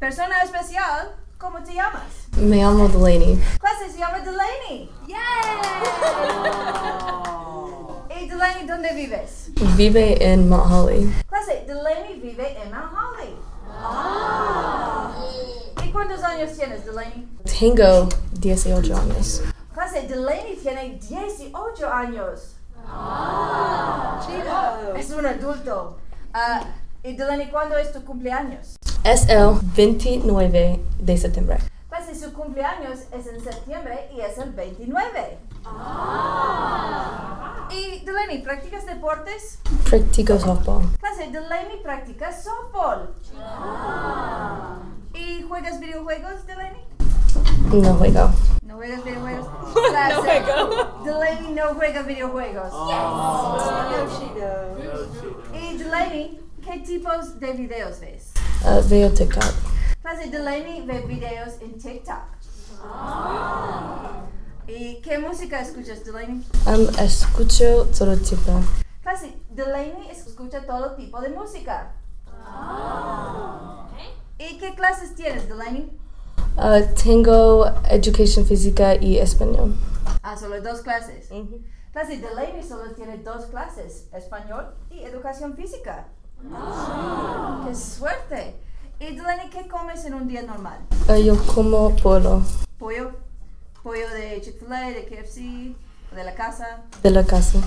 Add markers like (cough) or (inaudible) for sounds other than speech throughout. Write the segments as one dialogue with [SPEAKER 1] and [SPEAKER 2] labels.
[SPEAKER 1] Persona especial, ¿cómo te llamas?
[SPEAKER 2] Me llamo Delaney.
[SPEAKER 1] Clase se llama Delaney. ¡Yay! y Delaney, ¿dónde vives?
[SPEAKER 2] Vive en Mount Holly.
[SPEAKER 1] Clase, Delaney vive en Mount Holly. Ah. ¿Y cuántos años tienes, Delaney?
[SPEAKER 2] Tengo 18 años.
[SPEAKER 1] Clase, Delaney tiene 18 años.
[SPEAKER 3] Chido.
[SPEAKER 1] Es un adulto. Ah, y Delaney, ¿cuándo es tu cumpleaños?
[SPEAKER 2] Es el 29 de septiembre.
[SPEAKER 1] Clase, Pues su cumpleaños es en septiembre y es el 29. ¿Y Delaney, practicas deportes?
[SPEAKER 2] Practico softball.
[SPEAKER 1] Clase, Delaney practica softball. ¿Y juegas videojuegos, Delaney?
[SPEAKER 2] No juego.
[SPEAKER 1] No juegas videojuegos. Clase, Delaney no juega videojuegos.
[SPEAKER 3] Chido.
[SPEAKER 1] Y Delaney, ¿qué tipos de videos ves?
[SPEAKER 2] (laughs) Uh, veo TikTok.
[SPEAKER 1] Clase, Delaney ve videos en TikTok. ¿Y qué música escuchas, Delaney?
[SPEAKER 2] Um, escucho todo tipo.
[SPEAKER 1] Clase, Delaney escucha todo tipo de música. ¿Y qué clases tienes, Delaney?
[SPEAKER 2] Uh, tengo educación física y español.
[SPEAKER 1] Ah, solo dos clases. Clase, Delaney solo tiene dos clases, español y educación física. ¡Qué suerte! ¿Y Delaney qué comes en un día normal?
[SPEAKER 2] Uh, yo como polo
[SPEAKER 1] Pollo, pollo de Chick-fil-A, de KFC, de la casa.
[SPEAKER 2] de la casa.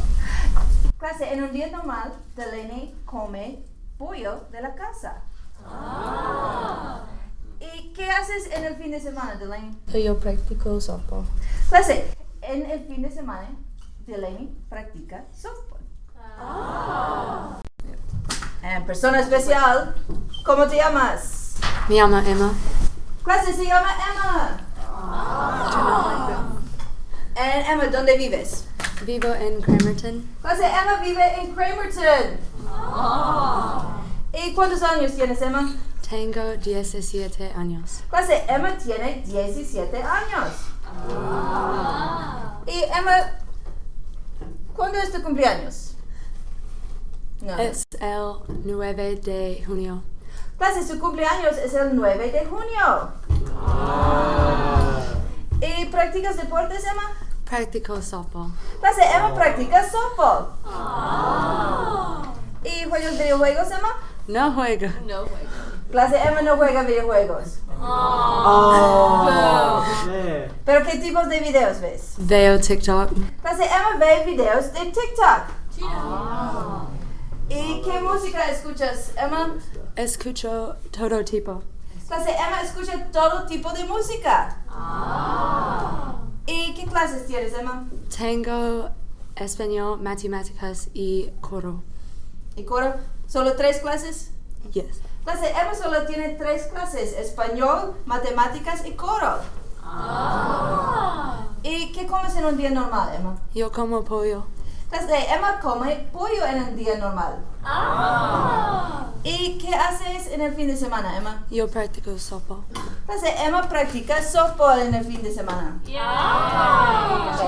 [SPEAKER 1] Clase, en un día normal, Delaney come pollo de la casa. ¿Y qué haces en el fin de semana, Delaney?
[SPEAKER 2] Uh, yo practico softball.
[SPEAKER 1] Clase, en el fin de semana, Delaney practica softball. Eh, persona especial, ¿cómo te llamas?
[SPEAKER 4] Me llamo Emma.
[SPEAKER 1] Clase, se llama Emma. Eh, Emma, ¿dónde vives?
[SPEAKER 4] Vivo en Cramerton.
[SPEAKER 1] Clase, Emma vive en Cramerton. ¿Y cuántos años tienes, Emma?
[SPEAKER 4] Tengo 17 años.
[SPEAKER 1] Clase, Emma tiene 17 años. Y Emma, ¿cuándo es tu cumpleaños? No.
[SPEAKER 4] Es el 9 de junio.
[SPEAKER 1] Clase, su cumpleaños es el 9 de junio. ¿Y practicas deportes, Emma?
[SPEAKER 4] Practico softball.
[SPEAKER 1] Clase, Emma practica softball. ¿Y juegas videojuegos, Emma?
[SPEAKER 4] No juego. No.
[SPEAKER 1] Clase, Emma no juega videojuegos.
[SPEAKER 5] Yeah.
[SPEAKER 1] ¿Pero qué tipos de videos ves?
[SPEAKER 4] Veo TikTok.
[SPEAKER 1] Clase, Emma ve videos de TikTok. Ah. ¿Y qué música escuchas, Emma?
[SPEAKER 4] Escucho todo tipo.
[SPEAKER 1] Clase, Emma escucha todo tipo de música. ¿Y qué clases tienes, Emma?
[SPEAKER 4] Tengo español, matemáticas y coro.
[SPEAKER 1] ¿Y coro? ¿Solo tres clases?
[SPEAKER 4] Yes.
[SPEAKER 1] Clase Emma solo tiene tres clases, español, matemáticas y coro. ¿Y qué comes en un día normal, Emma?
[SPEAKER 4] Yo como pollo.
[SPEAKER 1] Clase eh, Emma come pollo en un día normal. ¿Y qué haces en el fin de semana, Emma?
[SPEAKER 4] Yo practico softball.
[SPEAKER 1] Clase Emma practica softball en el fin de semana. Ok.